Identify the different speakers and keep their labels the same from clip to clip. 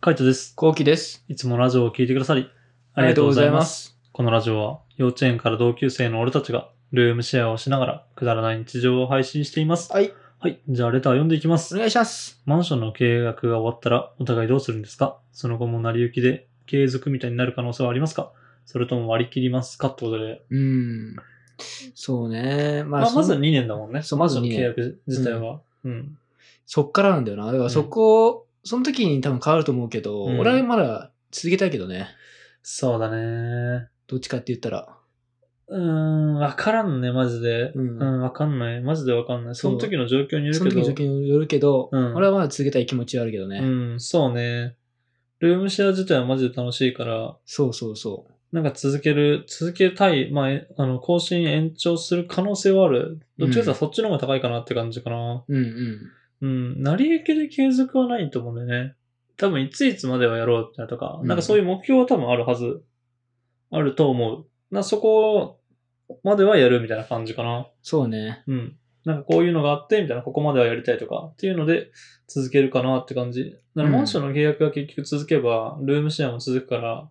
Speaker 1: カイトです。
Speaker 2: 後期です。
Speaker 1: いつもラジオを聞いてくださり、ありがとうございます。このラジオは、幼稚園から同級生の俺たちが、ルームシェアをしながら、くだらない日常を配信しています。
Speaker 2: ありがとうございます。
Speaker 1: はい、じゃあレター読んでいきま
Speaker 2: はい、お
Speaker 1: す。
Speaker 2: 願いします。
Speaker 1: マンションの契約が終わったら、お互いどうするんですかその後も成り行きで、継続みたいになる可能性はありますかそれとも割り切りますかってことで。
Speaker 2: うん。そうね。まあ、
Speaker 1: まあ、
Speaker 2: そ
Speaker 1: まず2年だもんね。
Speaker 2: そうまず
Speaker 1: その
Speaker 2: 二
Speaker 1: 契
Speaker 2: 年
Speaker 1: 約自体は。うん。
Speaker 2: そっからなんだよな。だからそこを、その時に多分変わると思うけど、
Speaker 1: うん
Speaker 2: 俺はまだ続けたいけどね。
Speaker 1: そうだね。
Speaker 2: どっちかって言ったら。
Speaker 1: うーん、わからんね、マジで。
Speaker 2: うん
Speaker 1: うん、わかんない。マジでわかんない。
Speaker 2: そ
Speaker 1: そうの時の状況による
Speaker 2: そ
Speaker 1: け
Speaker 2: の時
Speaker 1: ど。
Speaker 2: の時によるけど、
Speaker 1: うん
Speaker 2: 俺はまだ続けたい気持ちはあるけどね。
Speaker 1: うん、そうね。ルームシェア自体はマジで楽しいから、
Speaker 2: そうそうそう。
Speaker 1: なんか続ける、続けたい、まあえ、あの、更新延長する可能性はある。どっちかというとそっちの方が高いかなって感じかな。
Speaker 2: うんうん。
Speaker 1: うん、成り行きで継続はないと思うんだよね。多分、いついつまではやろうってなとか、
Speaker 2: うん
Speaker 1: なんかそういう目標は多分あるはず。あると思う。な、そこまではやるみたいな感じかな。
Speaker 2: そうね。
Speaker 1: うん。なんかこういうのがあって、みたいな、ここまではやりたいとか、っていうので、続けるかなって感じ。だから
Speaker 2: うん
Speaker 1: マンションの契約が結局続けば、ルームシェアも続くから、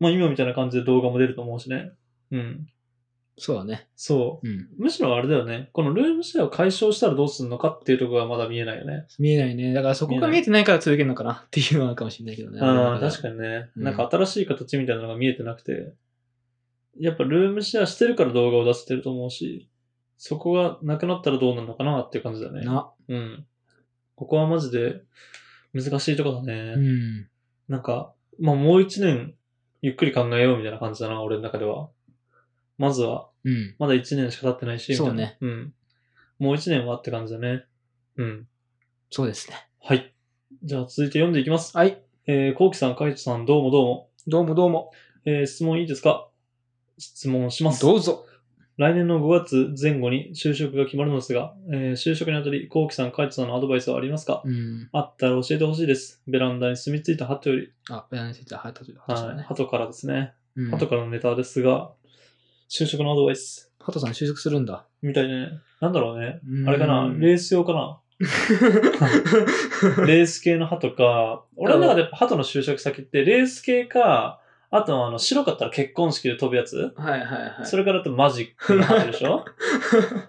Speaker 1: まあ今みたいな感じで動画も出ると思うしね。うん。
Speaker 2: そうだね。
Speaker 1: そ
Speaker 2: うん。
Speaker 1: う。むしろあれだよね。このルームシェアを解消したらどうするのかっていうところがまだ見えないよね。
Speaker 2: 見えないね。だからそこが見えてないから続けるのかなっていうのはあるかもしれないけどね。
Speaker 1: ああ、確
Speaker 2: に。
Speaker 1: かにね。
Speaker 2: うん
Speaker 1: なんか新しい形みたいなのが見えてなくて、やっぱルームシェアしてるから動画を出せてると思うし、そこがなくなったらどうなるのかなっていう感じだね。
Speaker 2: な。
Speaker 1: うん。ここはマジで難しいとこだね。
Speaker 2: うん。
Speaker 1: なんか、まあ、もう一年ゆっくり考えようみたいな感じだな、俺の中では。まずは、
Speaker 2: うん。
Speaker 1: まだ一年しか経ってないし、みたいな
Speaker 2: そうね。
Speaker 1: うん。もう一年はって感じだね。うん。
Speaker 2: そうですね。
Speaker 1: はい。じゃあ続いて読んでいきます。
Speaker 2: はい。
Speaker 1: えー、こうきさん、かいとさん、どうもどうも。
Speaker 2: どうもどうも。
Speaker 1: えー、質問いいですか質問します。
Speaker 2: どうぞ。
Speaker 1: 来年の5月前後に就職が決まるのですが、えー、就職にあたり、こうきさん、かいとさんのアドバイスはありますか
Speaker 2: うん。
Speaker 1: あったら教えてほしいです。ベランダに住み着いた鳩より、
Speaker 2: あ、ベランダについては、はい、たと、は
Speaker 1: はい、鳩からですね。
Speaker 2: い。ハ
Speaker 1: 鳩からのネタですが、就職のアドバイス。
Speaker 2: トさん就職するんだ。
Speaker 1: みたいね。なんだろうね。
Speaker 2: うん
Speaker 1: あれかな、レース用か なレース系の鳩か、俺の中でやっぱ鳩の就職先ってレース系か、あとあの、白かったら結婚式で飛ぶやつ
Speaker 2: はいはいはい。
Speaker 1: それからあとマジックの鳩でし ょ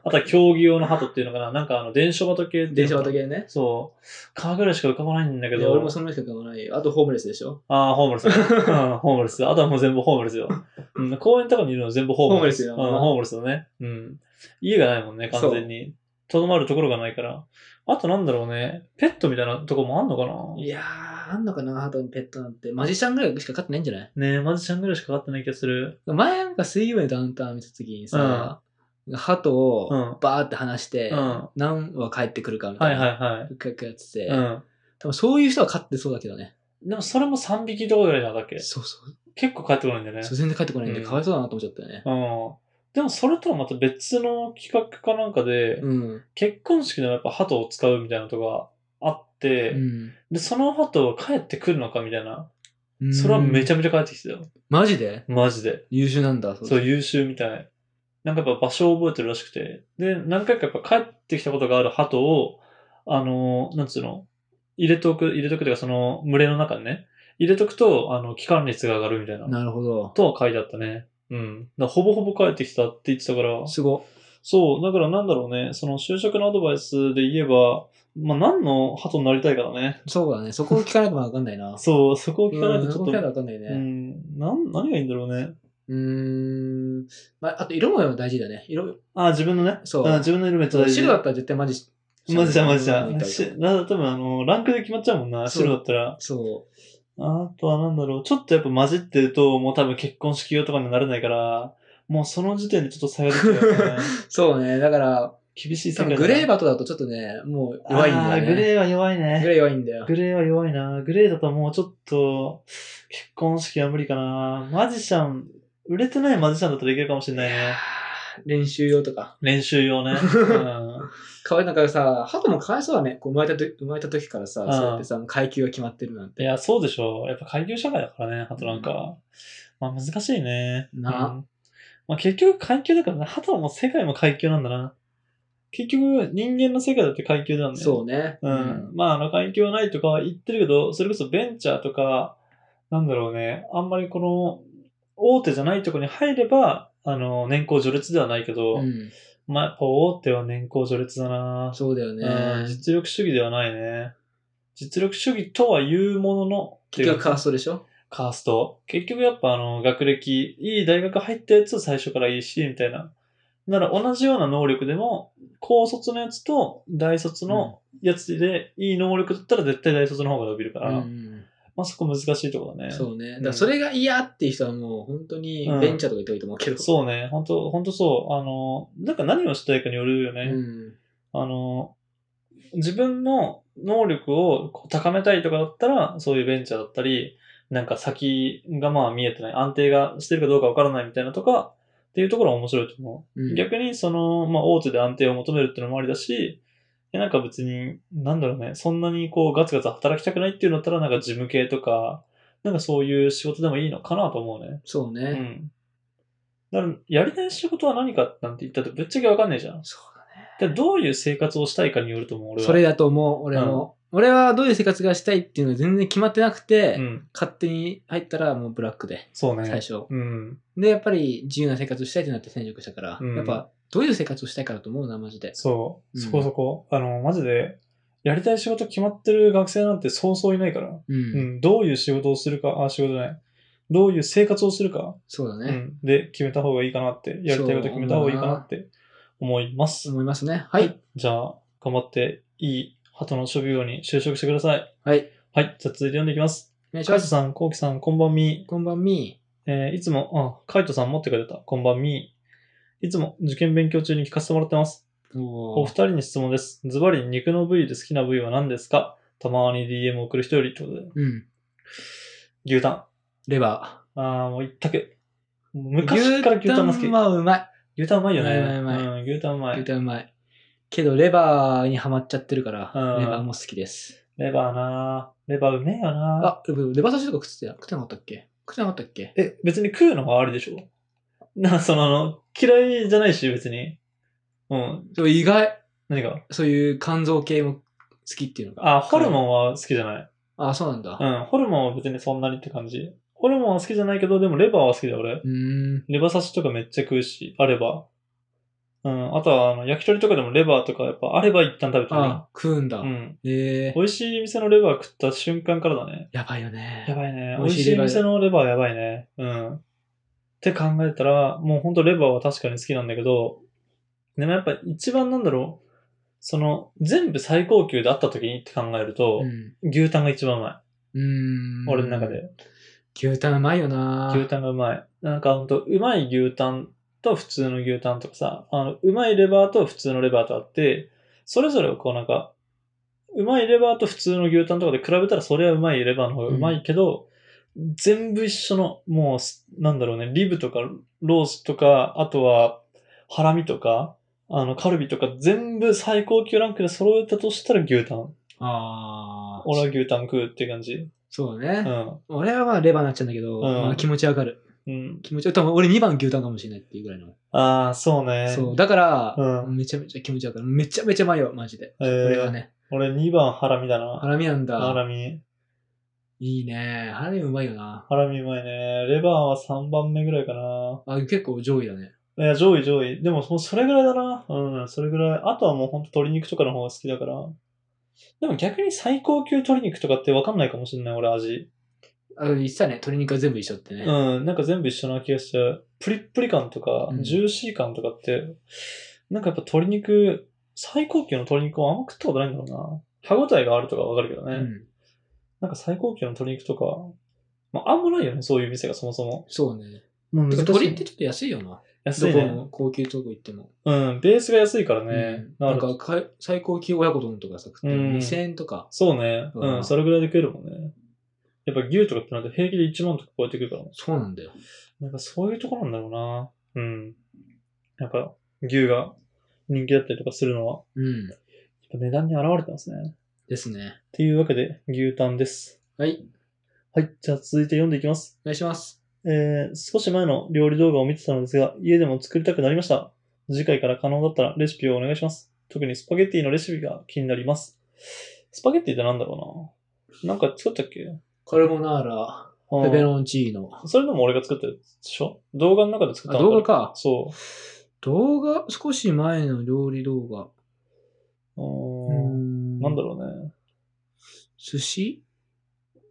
Speaker 1: あとは競技用の鳩っていうのかななんかあの、電書バト系ってい
Speaker 2: 電
Speaker 1: う
Speaker 2: 車
Speaker 1: の
Speaker 2: バ
Speaker 1: かな
Speaker 2: ト系ね。
Speaker 1: そう。川ぐらいしか浮かばないんだけ
Speaker 2: い
Speaker 1: ど。
Speaker 2: や俺もそのしか考えないよ。あとホームレスでしょ。
Speaker 1: ああ、ホームレス、 ね。うん、ホームレス。あとはもう全部ホームレスよ。うん、公園とかにいるの全部ホームレス。
Speaker 2: ホームレスよ
Speaker 1: うん、ホームレスだね。うん。家がないもんね、完全に。とどまるところがないから。あとなんだろうね。ペットみたいなとこもあんのかない
Speaker 2: やー、あんのかな、ハトにペットなんて。マジシャンぐらいしか飼ってないんじゃない
Speaker 1: ねえ、マジシャンぐらいしかかってない気がする。
Speaker 2: 前なんか水曜日のダウンタウン見た時にさ、ハト
Speaker 1: う
Speaker 2: を
Speaker 1: ん。
Speaker 2: バーって話して、
Speaker 1: うん。は
Speaker 2: 何は帰ってくるかみ
Speaker 1: いは
Speaker 2: た
Speaker 1: い
Speaker 2: いな。
Speaker 1: はい。
Speaker 2: い。やってて、
Speaker 1: うん。
Speaker 2: 多分そういう人は飼ってそうだけどね。
Speaker 1: でもそれも3匹とかぐらいなんだっけ
Speaker 2: そうそう。
Speaker 1: 結構帰ってこないんだよね。
Speaker 2: そう全然帰ってこないんで、
Speaker 1: うん
Speaker 2: かわいそうだなと思っちゃったよね。
Speaker 1: うん。でもそれとはまた別の企画かなんかで、
Speaker 2: うん。
Speaker 1: 結婚式でもやっぱ鳩を使うみたいなのとがあって、
Speaker 2: うん。
Speaker 1: で、その鳩は帰ってくるのかみたいな。それはめち
Speaker 2: ゃ。
Speaker 1: ゃめちゃ帰ってきてたよ。
Speaker 2: マジで
Speaker 1: マジで。
Speaker 2: 優秀なんだ。そ
Speaker 1: そう、優秀みたい。なんかやっぱ場所を覚えてるらしくて。で、何回かやっぱ帰ってきたことがある鳩を、あのーなんつうの入れとく、入れとくというかその群れの中にね。入れとくと、あの、帰還率が上がるみたいな。
Speaker 2: なるほど。
Speaker 1: とは書いてあったね。うん。だからほぼほぼ帰ってきたって言ってたから。
Speaker 2: すご。
Speaker 1: そう、だからなんだろうね。その就職のアドバイスで言えば、まあ、何の鳩になりたいからね。
Speaker 2: そうだね。そこを聞かないとわかんないな。
Speaker 1: そう、そこを聞かない
Speaker 2: うん
Speaker 1: とち
Speaker 2: そ
Speaker 1: ょ
Speaker 2: こ
Speaker 1: っと
Speaker 2: 聞かないとわかんないね。
Speaker 1: うん、なん、何がいいんだろうね。
Speaker 2: うーん。まあ、あと色も大事だね。色、
Speaker 1: あ、自分のね。
Speaker 2: そう
Speaker 1: あ自分の色めっちゃ大事。
Speaker 2: 白だったら絶対マジ。
Speaker 1: マジだ、マジだ。
Speaker 2: みたいな
Speaker 1: しな多分あの、ランクで決まっちゃうもんな、
Speaker 2: そう
Speaker 1: 白だったら。
Speaker 2: そ
Speaker 1: あとはなんだろう、ちょっとやっぱ混じってると、もう多分結婚式用とかにならないから、もうその時点でちょっと差が出てる よね。
Speaker 2: う。そうね。だから、
Speaker 1: 厳しい世
Speaker 2: 多
Speaker 1: 界だ
Speaker 2: 分
Speaker 1: な
Speaker 2: グレーバトだとちょっとね、もう弱いんだ
Speaker 1: あ
Speaker 2: よ
Speaker 1: ー
Speaker 2: ね。
Speaker 1: グレーは弱い
Speaker 2: グ
Speaker 1: ね。
Speaker 2: レー弱いんだよ。
Speaker 1: グレーは弱いな。グレーだともうちょっと、結婚式は無理かな。マジシャン、売れてないマジシャンだったらいけるかもしれない ね。
Speaker 2: 練習用とか。
Speaker 1: 練習用 ね。うん
Speaker 2: かわいい。なんかさ、ハトもかわいそうだね。こう生まれたと生まれた時からさ
Speaker 1: う、ん
Speaker 2: そうやってさ、階級が決まってるなん
Speaker 1: い
Speaker 2: て。
Speaker 1: や、そうでしょう。やっぱ階級社会だからね、鳩なんか。まあ難しいね。
Speaker 2: な
Speaker 1: うんまあ結局階級だからね、鳩はもう世界も階級なんだな。結局、人間の世界だって階級なんだよね。
Speaker 2: そうね。
Speaker 1: うん。まあ、あの、環境ないとかは言ってるけど、それこそベンチャーとか、なんだろうね、あんまりこの、大手じゃないとこに入れば、あの、年功序列ではないけど、
Speaker 2: うん。
Speaker 1: まあ、やっぱ大手は年功序列だな
Speaker 2: そうだよ
Speaker 1: うん
Speaker 2: ね。
Speaker 1: 実力主義ではないね。実力主義とは言うものの、
Speaker 2: 結局カー
Speaker 1: ス
Speaker 2: ストでしょ
Speaker 1: カースト。結局やっぱあの、学歴、いい大学入ったやつ最初からいいし、みたいな。なら同じような能力でも、高卒のやつと大卒のやつで、いい能力だったら絶対大卒の方が伸びるか
Speaker 2: う
Speaker 1: ら、
Speaker 2: ん。
Speaker 1: まあそこ難しいところだね。
Speaker 2: そうね。だか
Speaker 1: う
Speaker 2: ら
Speaker 1: ん
Speaker 2: それが嫌っていう人はもう本当にベンチャーとか言ってもいいと思うけど。
Speaker 1: そうね。本当本当そう。あの、なんか何をしたいかによるよね。
Speaker 2: うん。
Speaker 1: あの、自分の能力をこう高めたいとかだったら、そういうベンチャーだったり、なんか先がまあ見えてない、安定がしてるかどうかわからないみたいなとか、っていうところは面白いと思
Speaker 2: う
Speaker 1: う。
Speaker 2: ん。
Speaker 1: 逆にその、まあ大手で安定を求めるっていうのもありだし、いやなんか別に、なんだろうね、そんなにこうガツガツ働きたくないっていうのだったら、なんか事務系とか、なんかそういう仕事でもいいのかなと思うね。
Speaker 2: そう
Speaker 1: う
Speaker 2: ね。
Speaker 1: ん。だから、やりたい仕事は何かなんて言ったってぶっちゃけわかんないじゃん。
Speaker 2: そうだね。
Speaker 1: でどういう生活をしたいかによると思う、俺は。
Speaker 2: それだと思う、俺も。俺はどういう生活がしたいっていうのが全然決まってなくて、
Speaker 1: うん。
Speaker 2: 勝手に入ったらもうブラックで、
Speaker 1: そうね。
Speaker 2: 最初。
Speaker 1: うん。
Speaker 2: で、やっぱり自由な生活をしたいってなって転職したから、
Speaker 1: うん
Speaker 2: やっぱどういう生活をしたいかだと思うな、マジで。
Speaker 1: そう。
Speaker 2: うん
Speaker 1: そこそこ。あの、マジで、やりたい仕事決まってる学生なんてそうそういないから。
Speaker 2: うん。
Speaker 1: うん。どういう仕事をするか、あ、仕事じゃない。どういう生活をするか、
Speaker 2: そうだ
Speaker 1: う
Speaker 2: ね、
Speaker 1: ん。で、決めた方がいいかなって、やりたいこと決めた方がいいかなって思います。
Speaker 2: 思いますね。はい。。
Speaker 1: じゃあ、頑張って、いい鳩の職業に就職してください。
Speaker 2: はい。
Speaker 1: はい。じゃあ続いて読んでいきます。
Speaker 2: お願いし
Speaker 1: カ
Speaker 2: ま
Speaker 1: イト
Speaker 2: す。
Speaker 1: さん、コウキさん、こんばんみ。
Speaker 2: こんばんみ。
Speaker 1: えーいつも、あ、カイトさん持ってくれた。こんばんみー。いつも受験勉強中に聞かせてもらってます。お
Speaker 2: お
Speaker 1: 二人に質問です。ズバリ肉の部位で好きな部位は何ですかたまに DM 送る人よりってことで。
Speaker 2: うん。
Speaker 1: 牛タン。
Speaker 2: レバ
Speaker 1: あー、もう一択。もう
Speaker 2: ー。
Speaker 1: 昔から牛タンが好き
Speaker 2: 牛。はうまい。
Speaker 1: 牛タンうまいよね。
Speaker 2: うまいうまい
Speaker 1: うん、牛タンうまい
Speaker 2: 牛。タンうまい。けど、レバーにはまっちゃってるから
Speaker 1: うん、
Speaker 2: レバーも好きです。
Speaker 1: レバーなーレバーうめえよな
Speaker 2: あ、レバーレバー刺しとか食ってた食ってなかったっけ食ってなかったっけ
Speaker 1: ーえ、別に食うのがありでしょな、そのあの、嫌いじゃないし、別に。うん。
Speaker 2: そう意外、
Speaker 1: 何か。
Speaker 2: そういう肝臓系も好きっていうのが。
Speaker 1: あ、ホルモンは好きじゃない。
Speaker 2: あ、そうなんだ。
Speaker 1: うん、ホルモンは別にそんなにって感じ。ホルモンは好きじゃないけど、でもレバーは好きだよ、俺。
Speaker 2: うーん。
Speaker 1: レバ刺しとかめっちゃ食うし、あれば。うん、あとはあの焼き鳥とかでもレバーとかやっぱあれば一旦食べて
Speaker 2: あ、食うん
Speaker 1: る。
Speaker 2: だ。
Speaker 1: うん。
Speaker 2: えー
Speaker 1: 美味しい店のレバー食った瞬間からだね。
Speaker 2: やばいよね。
Speaker 1: やばいね。美味
Speaker 2: 美味し
Speaker 1: し
Speaker 2: い
Speaker 1: い
Speaker 2: レバー
Speaker 1: 店のレバーやばいね。うん。って考えたら、もうほんとレバーは確かに好きなんだけど、でもやっぱ一番なんだろう、その、全部最高級であった時にって考えると
Speaker 2: う、ん。
Speaker 1: 牛タンが一番うま
Speaker 2: うーん。
Speaker 1: い。俺の中で。。
Speaker 2: 牛タンうまいよな。
Speaker 1: 牛タンがうまい。なんかほんと、うまい牛タンと普通の牛タンとかさ、あの、うまいレバーと普通のレバーとあって、それぞれをこうなんか、うまいレバーと普通の牛タンとかで比べたら、それはうまいレバーの方がうまいけど、全部一緒の、もうす、なんだろうね、リブとかロースとか、あとは、ハラミとか、あの、カルビとか、全部最高級ランクで揃えたとしたら牛タン。
Speaker 2: ああ。
Speaker 1: 俺は牛タン食うっていう感じ。
Speaker 2: そう
Speaker 1: う
Speaker 2: ね。
Speaker 1: ん。
Speaker 2: 俺はまあレバーになっちゃうんだけど、
Speaker 1: うん
Speaker 2: まあ気持ちわかる。
Speaker 1: うん。
Speaker 2: 気持ち、多分俺2番牛タンかもしれないっていうぐらいの。
Speaker 1: ああ、そうね。
Speaker 2: そう。だから、
Speaker 1: うん
Speaker 2: めちゃめちゃ気持ちわかる。めちゃめちゃ迷う、マジで。
Speaker 1: えー
Speaker 2: 俺はね。
Speaker 1: 俺2番ハラミだな。
Speaker 2: ハラミなんだ。
Speaker 1: ハラミ。
Speaker 2: いいね。ハラミうまいよな。
Speaker 1: ハラミうまいね。レバーは3番目ぐらいかな。
Speaker 2: あ、結構上位だね。
Speaker 1: いや、上位上位。でも、そそれぐらいだな。うん、それぐらい。あとはもうほんと鶏肉とかの方が好きだから。でも逆に最高級鶏肉とかってわかんないかもしれない、俺味。
Speaker 2: あ、言ってたね。鶏肉は全部一緒ってね。
Speaker 1: うん、なんか全部一緒な気がしちゃう。プリップリ感とか
Speaker 2: う、ん
Speaker 1: ジューシー感とかって、なんかやっぱ鶏肉、最高級の鶏肉はあんま食ったことないんだろうな。歯応えがあるとかわかるけどね。
Speaker 2: うん
Speaker 1: なんか最高級の鶏肉とか、まああんまないよね、そういう店がそもそも。
Speaker 2: そうね。
Speaker 1: もう難しい
Speaker 2: 鶏ってちょっと安いよな。
Speaker 1: 安
Speaker 2: ど
Speaker 1: い
Speaker 2: こ
Speaker 1: ね。
Speaker 2: も高級とこ行っても。
Speaker 1: うん、ベースが安いからね。
Speaker 2: うんな
Speaker 1: る
Speaker 2: ん
Speaker 1: ほど
Speaker 2: かかい最高級親子丼とかさ、食って
Speaker 1: うん
Speaker 2: も2000円とか。
Speaker 1: そうね。
Speaker 2: う
Speaker 1: うんん、それぐらいで食えるもんね。やっぱ牛とかってなんて平気で1万とか超えてくるからね。
Speaker 2: そうなんだよ。
Speaker 1: なんかそういうところなんだろうな。うん。やっぱ牛が人気だったりとかするのは、
Speaker 2: うん。
Speaker 1: やっぱ値段に表れてますね。
Speaker 2: ですね。
Speaker 1: っていうわけで牛タンです。
Speaker 2: はい。
Speaker 1: はい、じゃあ続いて読んでいきます。
Speaker 2: お願いします。
Speaker 1: えー少し前の料理動画を見てたのですが、家でも作りたくなりました。次回から可能だったらレシピをお願いします。特にスパゲッティのレシピが気になります。スパゲッティってなんだろうななんか作ったっけ
Speaker 2: カルボナーラ、
Speaker 1: うん
Speaker 2: ペペロンチーノ。
Speaker 1: それでも俺が作ったやつでしょ動画の中で作っ
Speaker 2: あ、
Speaker 1: た
Speaker 2: 動画
Speaker 1: か
Speaker 2: か。
Speaker 1: そ
Speaker 2: 動画少し前の料理動画。
Speaker 1: う。
Speaker 2: う
Speaker 1: う
Speaker 2: ー
Speaker 1: ーん。
Speaker 2: ん
Speaker 1: なんだろうね。
Speaker 2: 寿司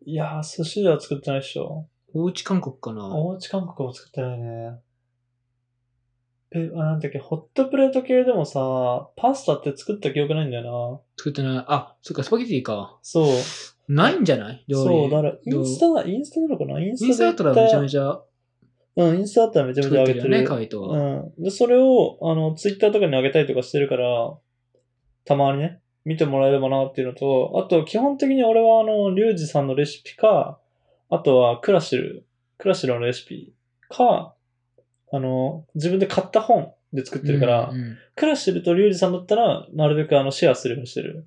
Speaker 1: いやー、寿司では作ってないっしょ。
Speaker 2: おうち韓国かな
Speaker 1: おうち韓国も作ってないね。え、あ、なんだっけ、ホットプレート系でもさ、パスタって作った記憶ないんだよ
Speaker 2: 作ってない。あ、そっか、スパゲティか
Speaker 1: な。。そう。
Speaker 2: ないんじゃない料理。
Speaker 1: そう、だから、イ
Speaker 2: どう
Speaker 1: ンスタ、インスタなのかなイン
Speaker 2: イン
Speaker 1: ス
Speaker 2: スタ
Speaker 1: タ
Speaker 2: だ
Speaker 1: で
Speaker 2: ったらめちゃめ
Speaker 1: ち
Speaker 2: ちゃ
Speaker 1: ゃ。うん、インスタだったらめちゃめち
Speaker 2: 作
Speaker 1: ゃ
Speaker 2: っ
Speaker 1: 上
Speaker 2: て
Speaker 1: げて
Speaker 2: るよ
Speaker 1: る。
Speaker 2: ね、カイトは。
Speaker 1: うん。で、それを、あの、ツイッターとかに上げたりとかしてるから、たまにね、見てもらえればなっていうのと、あと、基本的に俺は、あの、リュウジさんのレシピか、あとは、クラシル、クラシルのレシピか、あの、自分で買った本で作ってるから、
Speaker 2: うんうん
Speaker 1: クラシルとリュウジさんだったら、なるべくあの、シェアするようにしてる。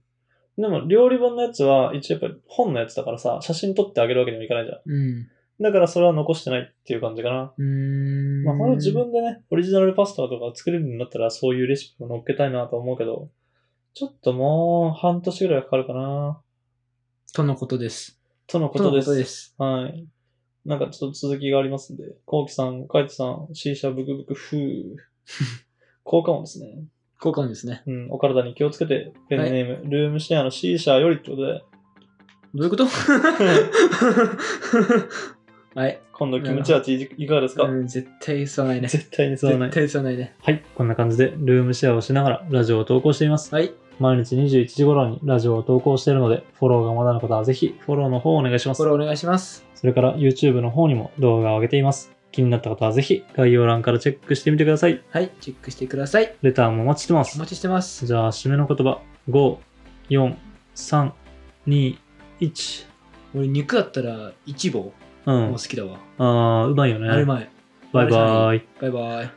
Speaker 1: でも、料理本のやつは、一応やっぱり本のやつだからさ、写真撮ってあげるわけにもいかないじゃん。
Speaker 2: うん。
Speaker 1: だから、それは残してないっていう感じかな。
Speaker 2: うーん。
Speaker 1: まあ、これを自分でね、オリジナルパスタとか作れるんだったら、そういうレシピも乗っけたいなと思うけど、ちょっともう、半年ぐらいかかるかな、
Speaker 2: とのことです。
Speaker 1: とのことです。
Speaker 2: とのことです。
Speaker 1: はい。なんかちょっと続きがありますんで、こうきさん、かいてさん、シーシャブクブクふ ー。効果音ですね。
Speaker 2: 交換ですね。
Speaker 1: うん、お体に気をつけて、ペンネーム、ルームシェアのシーシャよりってことで、
Speaker 2: どういうこ とはい。
Speaker 1: 今度キムチ味いかがですか、
Speaker 2: うん絶対吸わないね。絶
Speaker 1: 絶対にそうはな
Speaker 2: 対
Speaker 1: い。
Speaker 2: 吸わないね。
Speaker 1: はい、こんな感じで、ルームシェアをしながら、ラジオを投稿しています。
Speaker 2: はい。
Speaker 1: 毎日21時頃にラジオを投稿しているので、フォローがまだの方はぜひフォローの方をお願いします
Speaker 2: こ。れお願いします。
Speaker 1: それから YouTube の方にも動画を上げています。気になった方はぜひ概要欄からチェックしてみてください。
Speaker 2: はい。チェックしてください。
Speaker 1: レターもお待ちしてま
Speaker 2: お
Speaker 1: す。
Speaker 2: 待ちしてます。
Speaker 1: じゃあ、締めの言葉。5、4、3、2、1。
Speaker 2: 俺、肉だったら、イチボ
Speaker 1: う
Speaker 2: も
Speaker 1: ん
Speaker 2: 好。きだわ。
Speaker 1: あー、うまいよね。
Speaker 2: あれうまい。
Speaker 1: バイバイ。
Speaker 2: バイバイ。